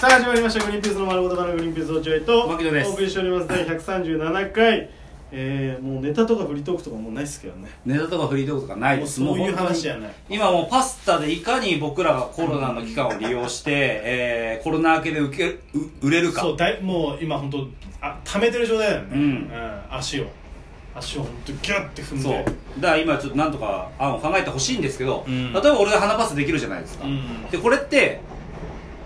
さあ始まりました「グリーンピースの丸ごと丸グリーンピース落合」と牧野ですお送りしております第137回えー、もうネタとかフリートークとかもうないっすけどねネタとかフリートークとかないですもうそういうも本当に話じゃない今もうパスタでいかに僕らがコロナの期間を利用して、えーコロナ明けで受けう売れるかそうだいもう今本当あ溜めてる状態だよね、うん足を足を本当ギュッて踏んそうでだから今ちょっとなんとか案を考えてほしいんですけど、うん例えば俺が鼻パスできるじゃないですか、うんでこれって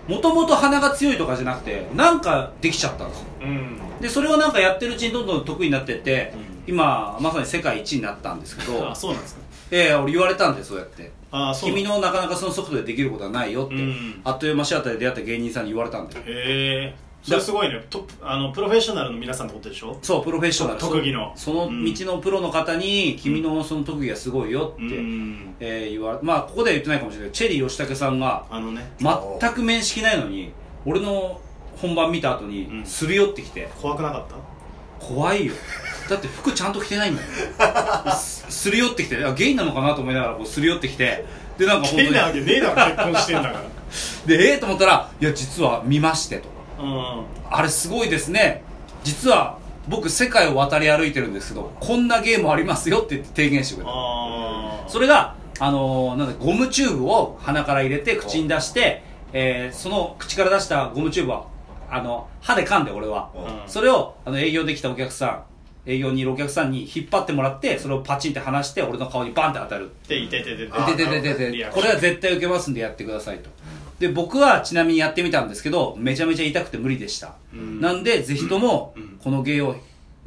もともと鼻が強いとかじゃなくてなんかできちゃったんですようんでそれをなんかやってるうちにどんどん得意になってって、う今まさに世界一になったんですけどあそうなんですかええ俺言われたんでそうやってあそう君ののなかなかその速度でできることはないよって、うんあっという間シアターで出会った芸人さんに言われたんだよへえそれすごいねトップあのプロフェッショナルの皆さんってことでしょそうプロフェッショナル特特技のそのうそんの道のプロの方に君のその特技がすごいようって、んえー言われまあここでは言ってないかもしれないけどチェリー吉武さんがあのね全く面識ないのに俺の本番見た後うにんすり寄ってきて、怖くなかっ怖いよだって服ちゃんと着てないんだよすすり寄ってきてあゲイなのかなと思いながらこうすり寄ってきてでなんたか本当変になわけねえだろ結婚してんだかでええー、と思ったら「いや実は見まして」らとうん「あれすごいですね実は僕世界を渡り歩いてるんですけどこんなゲームありますよ」って言って提言してくれたああそれがあのーなんだゴムチューブを鼻から入れて口に出して、えーその口から出したゴムチューブはあの歯で噛んで俺は、うんそれをあの営業できたお客さん営業にいるお客さんに引っ張ってもらってそれをパチンって離して俺の顔にバンって当たるでいててててででででリアでクこショれンは絶対受けますんでやってくださいとで僕はちなみにやってみたんですけどめちゃめちゃ痛くて無理でした、んなんでぜひともんこの芸を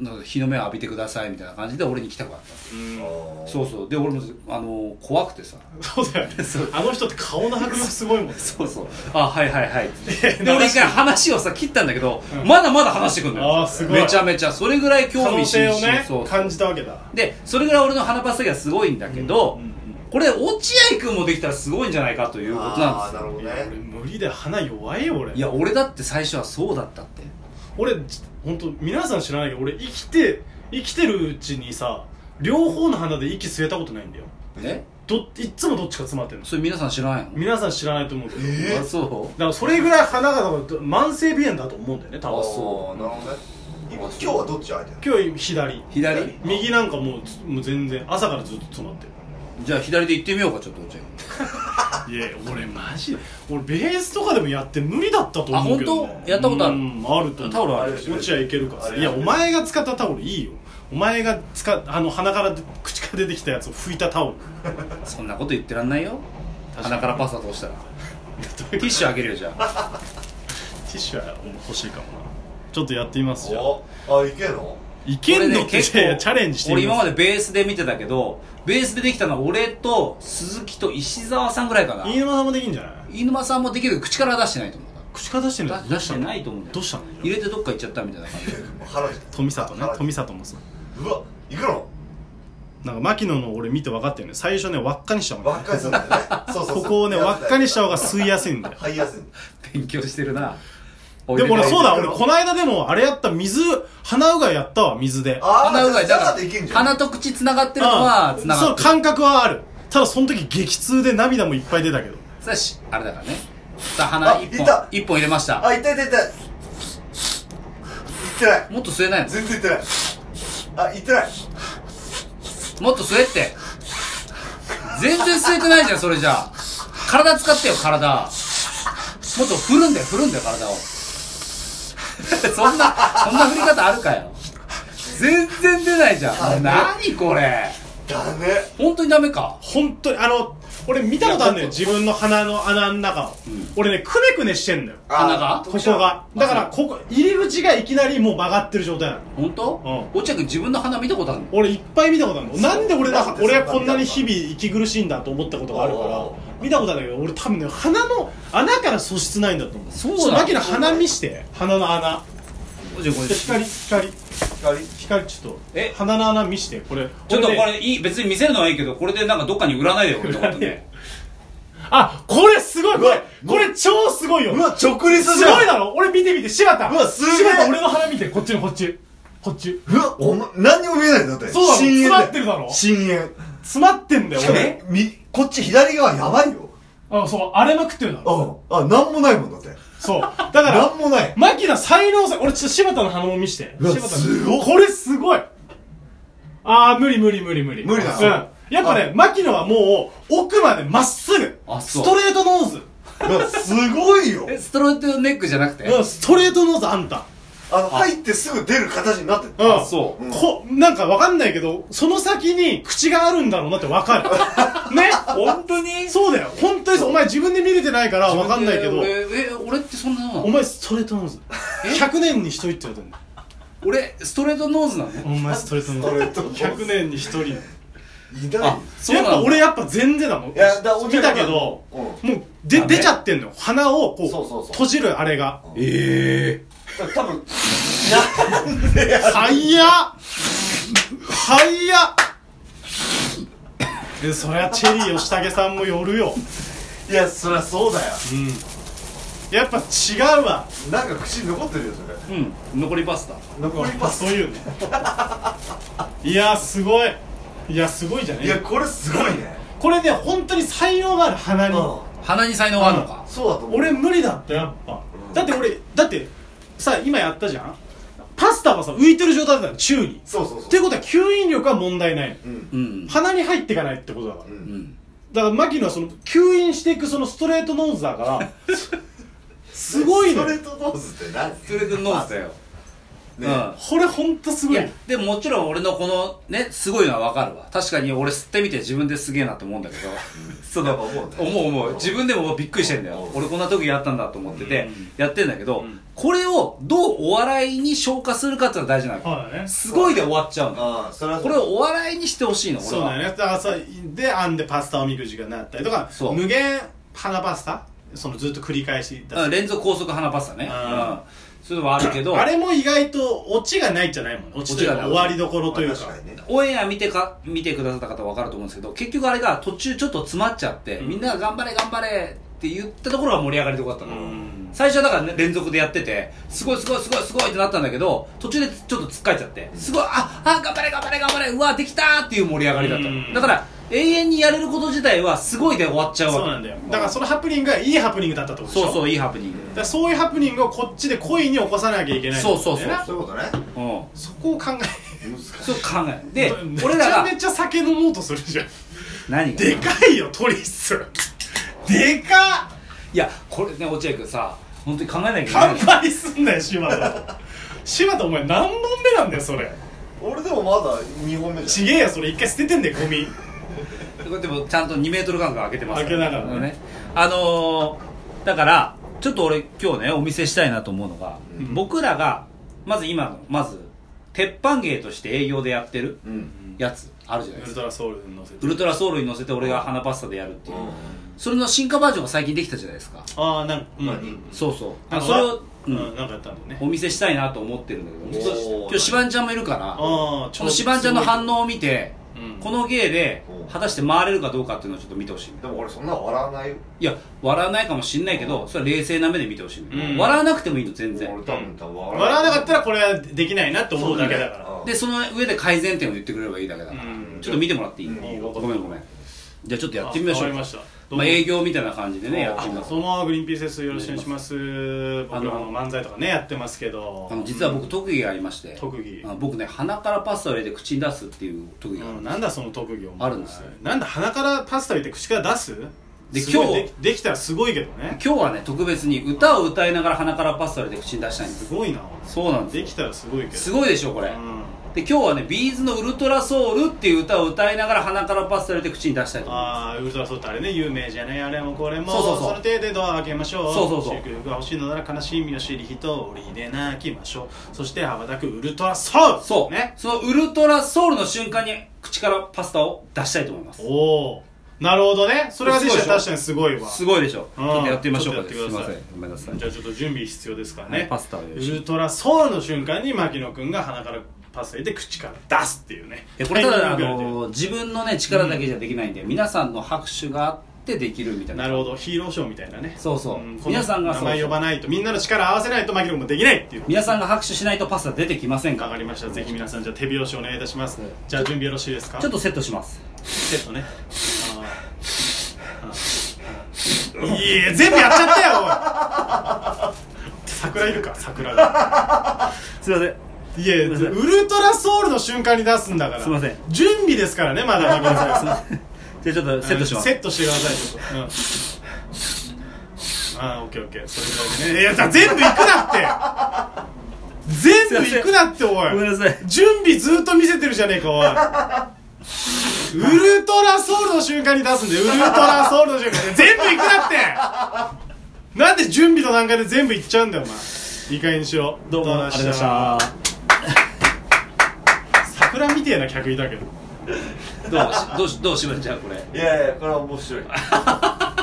の日の目を浴びてくださいみたいな感じで俺に来たくなったうんそうそうで俺もあの怖くてさそうだよねそうあの人って顔の迫力すごいもんねそうそうあはいはい はいってでなんか俺一回話をさ切ったんだけど、まだまだ話してくんのよあーすごいめちゃめちゃそれぐらい可興能味津性々をねそう感じたわけだでそれぐらい俺の鼻パスがすごいんだけど、うんうんこれ落合君もできたらすごいんじゃないかということなんですよあーなるほどいや俺ね無理だよ鼻弱いよ俺いや俺だって最初はそうだったって俺本当皆さん知らないけど俺生きて生きてるうちにさ両方の鼻で息吸えたことないんだよえどいっつもどっちか詰まってるのそれ皆さん知らないの皆さん知らないと思うけど、あそだからそれぐらい鼻がだから慢性鼻炎だと思うんだよね多あ分そうなるほどね今今日はどっち空いてる今日左う左右なんかもうつもう全然朝からずっと詰まってるじゃあ左で行ってみようかちょっと落合いや俺マジで俺ベースとかでもやって無理だったと思うけど、ね、あ本当やったことあるうんあると思うタオルある落ちはいけるからあされいやお前が使ったタオルいいよお前が使っあの鼻からで口から出てきたやつを拭いたタオル君そんなこと言ってらんないよ確かに鼻からパスタ通したらティッシュあげるよじゃあティッシュは欲しいかもなちょっとやってみますじゃあおあいけんのいけんのって、いやいやチャレンジして俺み今まますでベースで見てたけどベースでできたのは俺と鈴木と石澤さんぐらいかな飯沼さんもできんじゃない飯沼さんもできるけど口から出してないと思う口から出してるの出してないと思うんだよどうしたのじゃあ入れてどっか行っちゃったみたいな感 じ腹に富里ね腹に富里もさうわ行くのなんか牧野の俺見て分かったよね最初ね輪っかにしたもんね輪っかにするんだよねそうそうそうここをね輪っかにした方が吸いやすいんだよ入りやすいんだ勉強してるなでも俺そうだ、入れ俺てこの間でもあれやった、水、鼻うがいやったわ、水で。あ鼻うがいだだかでいけんらじゃん鼻と口つながってるのはうんつなそがう、ってる感覚はある。ただその時激痛で涙もいっぱい出たけど。それはしあれだからねさああ鼻一いた本一本入れましたあ痛い痛い痛い行ってないもっと吸えないの全然行ってないあ行ってないもっと吸えって全然吸えてないじゃんそれじゃあ体使ってよ体もっと振るんだよ振るんだよ体を そんなそんな振り方あるかよ全然出ないじゃん何これダメ本当にダメか本当に、あの、俺見たことあるんだよ、いや自分の鼻の穴の中を。俺ね、くねくねしてんだよ。あ鼻がここが。だから、ここ、入り口がいきなりもう曲がってる状態なの。本当う落合君自分の鼻見たことあるの俺いっぱい見たことあるの。なんで俺なだん、で俺はこんなに日々息苦しいんだと思ったことがあるからおー、見たことあるんだけど、俺多分ね、鼻の穴から素質ないんだと思う。そうなのちょっと牧野鼻見して、鼻の穴。落合君これで光光光光ちょっとえ鼻の穴見してこれちょっとこねれいい別に見せるのはいいけどこれでなんかどっかに売らないでよ俺のことねあこれすごいこうわれこれ超すごいようわ直立すじゃんごいだろ俺見てみて柴田うわすげえ柴田俺の鼻見てこっちのこっちこっちうわお前何にも見えないんだってそうだろ深淵詰まってるだろ深淵詰まってんだよしか俺もみこっち左側やばいよあそう荒れまくってるだろうんあなんもないもんだってそうだからなんもないマキナ才能さ俺ちょっと柴田の鼻も見してうわ柴田のすごっこれすごいああ無理無理無理無理無理なうんのやっぱね牧野はもう奥までまっすぐあそうストレートノーズいやすごいよえストロートネックじゃなくてうんストレートノーズあんたあの入ってすぐ出る形になってるうんあそううんこなんかわかんないけどその先に口があるんだろうなってわかるね本当にそうだよ本当にそうお前自分で見れてないからわかんないけどええ俺ってそんなのなおの前ストレートノーズえ100年に一人ってことに俺ストレートノーズなのお前ストレートノストレーズートノーズ100年に一人いないあよそうなやんっだぱ俺やっぱ全然だもんいやだ見たけど、うんもうでダメ出ちゃってんのよ鼻をこうそうそうそう閉じるあれがええだから多分早っ早っでそりゃチェリー吉武さんも寄るよ、いやそりゃそうだようん、やっぱ違うわなんか口に残ってるよそれうん残りパスタ残りますそういうねいやすごいいやすごいじゃないいやこれすごいねこれね本当に才能がある鼻うんに、鼻に才能あるのかそうだと思う俺無理だってやっぱだって俺だってさ今やったじゃんパスタはさ浮いてる状態だったの宙にそうそうそうってことは吸引力は問題ないのうんうん鼻に入っていかないってことだから、んうんだから牧野はその吸引していくそのストレートノーズだから すごいスねトレートノーズって何ストレートノーズだよねうんこれほんとすごいいやでももちろん俺のこのねすごいのはわかるわ確かに俺吸ってみて自分ですげえなって思うんだけどそやっのぱ思うね思う思う自分でもびっくりしてんだようん俺こんな時やったんだと思っててやってんだけどんこれをどうお笑いに昇華するかってのが大事なのそうだねすごいで終わっちゃうのああそれはこれをお笑いにしてほしいの俺そうだはよねだからさで編んでパスタおみくじがなったりとかそう無限鼻パスタそのずっと繰り返し出すうん連続高速花パスタねううんんそういうのはあるけどあれも意外とオチがないじゃないもんねオチというオチかがない終わりどころというか確かにねオンエア見てか見てくださった方は分かると思うんですけど結局あれが途中ちょっと詰まっちゃって、うんみんなが頑張れ頑張れって言ったところが盛り上がりでよかったの、うん最初はだから、ね、連続でやっててすごいすごいすごいすごいってなったんだけど途中でちょっとつっかえちゃってすごいああ頑張れ頑張れ頑張れうわできたーっていう盛り上がりだったの、うんだから永遠にやれること自体はすごいで終わっちゃうわけそうなんだよだからそのハプニングがいいハプニングだったってことでしょそうそういいハプニング、だからそういうハプニングをこっちで故意に起こさなきゃいけないそうそうそうだよなそういうことねうん、そこを考難しいそう考ええで俺俺ららが めちゃめちゃ酒飲もうとするじゃん何がでかいよトリスでかっいやこれね落合君さ本当に考えなきゃいけな乾い杯すんなよ柴田 柴田お前何本目なんだよそれ俺でもまだ2本目ちじげえよそれ一回捨ててんだよゴミこれでもちゃんと2メートル間隔開けてます開けながらねあのーだからちょっと俺今日ねお見せしたいなと思うのが、うん僕らがまず今のまず鉄板芸として営業でやってるゃんうんやつあるじゃなウいでルすかトラソウルに乗せてウルトラソウルに乗せて俺が花パスタでやるっていう、それの進化バージョンが最近できたじゃないですか、ああなんかうん、うまあん、そうそうなだんからかそれを、う、うんんなんかやったんだよおね見せしたいなと思ってるんだけどおー今日シバンちゃんもいるからあーこのシバンちゃんの反応を見て、うんこの芸でうん果たして回れるかどうかっていうのをちょっと見てほしいでも俺そんな笑わないよいや笑わないかもしんないけどそれは冷静な目で見てほしいんだよ、うん笑わなくてもいいの全俺然多分多分笑わなかったららこれはできないなって思うだけだからでその上で改善点を言ってくれればいいだけだから、うんちょっと見てもらっていい、うんいいよごめんごめんじゃあちょっとやってみましょあわかうりまましたあ、営業みたいな感じでねやってみまあすそのままグリーンピースですよろしくお願いします僕あらのの漫才とかねやってますけどあの実は僕特技がありまして特技あの僕ね鼻からパスタを入れて口に出すっていう特技があるんうんですなんだその特技をあるんですよなんだ鼻からパスタ入れて口から出すですごい今日でできたらすごいけどね今日はね特別に歌を歌いながら鼻からパスタを入れて口に出したいんですすごいなそうなんですでよきたらすごいけどすごいでしょこれ、うんで今日はねビーズの「ウルトラソウル」っていう歌を歌いながら鼻からパスタ入れて口に出したいと思いますあーウルトラソウルってあれね有名じゃないあれもこれもそうそうそうの程度は開けましょうそうそうそう祝福が欲しいのなら悲しみを知り一人で泣きましょうそして羽ばたくウルトラソウルそう、ねそのウルトラソウルの瞬間に口からパスタを出したいと思いますおおなるほどねそれができたら確かにすごいわすごいでしょちうんょっとやってみましょうかちょっとやってくださいすいませんごめんなさいじゃあちょっと準備必要ですからね、はいパスタをウ用意してルトラソウルの瞬間に牧野君が鼻からパスタ入れて口から出すっていうねいやこれただあタイミングが出るの自分のね力だけじゃできないんで、皆さんの拍手があってできるみたいななるほどヒーローショーみたいなねそうそうんこの皆さんが名そう前呼ばないとみんなの力合わせないと牧野君もできないっていう皆さんが拍手しないとパスタ出てきませんわかかりましたぜひ皆さんじゃあ手拍子お願いいたします、はいじゃあ準備よろしいですからちょっとセットしますセットねあーあーあーいや全部やっちゃったよおい桜いるか桜がすいませんいやウすいませんルトラソウルの瞬間に出すんだからすいません準備ですからねまだごめんなさいじゃあちょっとセットしますセットしてくださいちょっと、うん、ああオッケーオッケーそれぐらいでねいやじゃあ全部行くなって全部行くなっておいごめんなさい準備ずっと見せてるじゃねえかおいウルトラソウルの瞬間に出すんでウルトラソウルの瞬間で全部行くなってなんで準備の段階で全部行っちゃうんだよお前いい加減にしろどうもありがとうございました桜みてえな客いたけどどうしどうしどうしばちゃんこれいやいやこれは面白い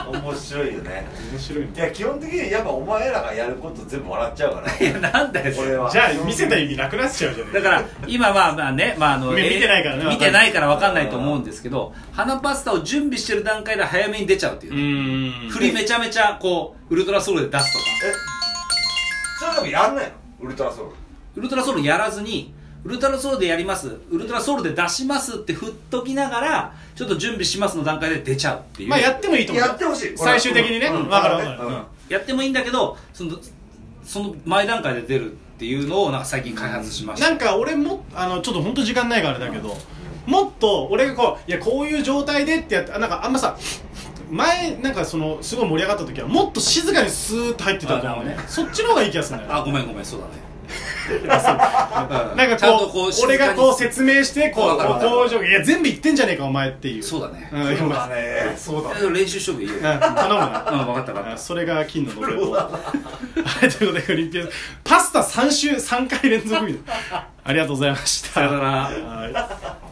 面白いよね面白いねいや基本的にやっぱお前らがやること全部笑っちゃうからいやなんだよそ俺れはじゃあ見せた意味なくなっちゃうじゃねえだから今まあまあね、まあ、あの見えー見てないからね見てないから分かんないと思うんですけど花パスタを準備してる段階で早めに出ちゃうっていうう、ーん振りめちゃめちゃこうウルトラソウルで出すとかえそれでもやんないのウルトラソウルウルトラソウルやらずにウルトラソウルでやりますウルトラソウルで出しますって振っときながらちょっと準備しますの段階で出ちゃうっていう、まあやってもいいと思うやってほしい最終的にねうんうんわかるわうんかるうんやってもいいんだけどそのその前段階で出るっていうのをなんか最近開発しました、なんか俺もあのちょっと本当時間ないからあれだけどもっと俺がこういやこういう状態でってやってあなんかあんまさ前なんかそのすごい盛り上がった時はもっと静かにスーッと入ってたと思うあなねるほどねそっちの方がいい気がするんだよあごめんごめんそうだね なんかちゃんことうこう静かに俺がこう説明してこうわかるわかこるういう状況いや全部言ってんじゃねえかお前っていうそうだねんいやそうまあだねそうだね練習しとくよいいようん頼むなうん分かった分かっあそれが金の延べ棒はいということでオリンピアパスタ3週3回連続みたいなありがとうございましたたさよならはい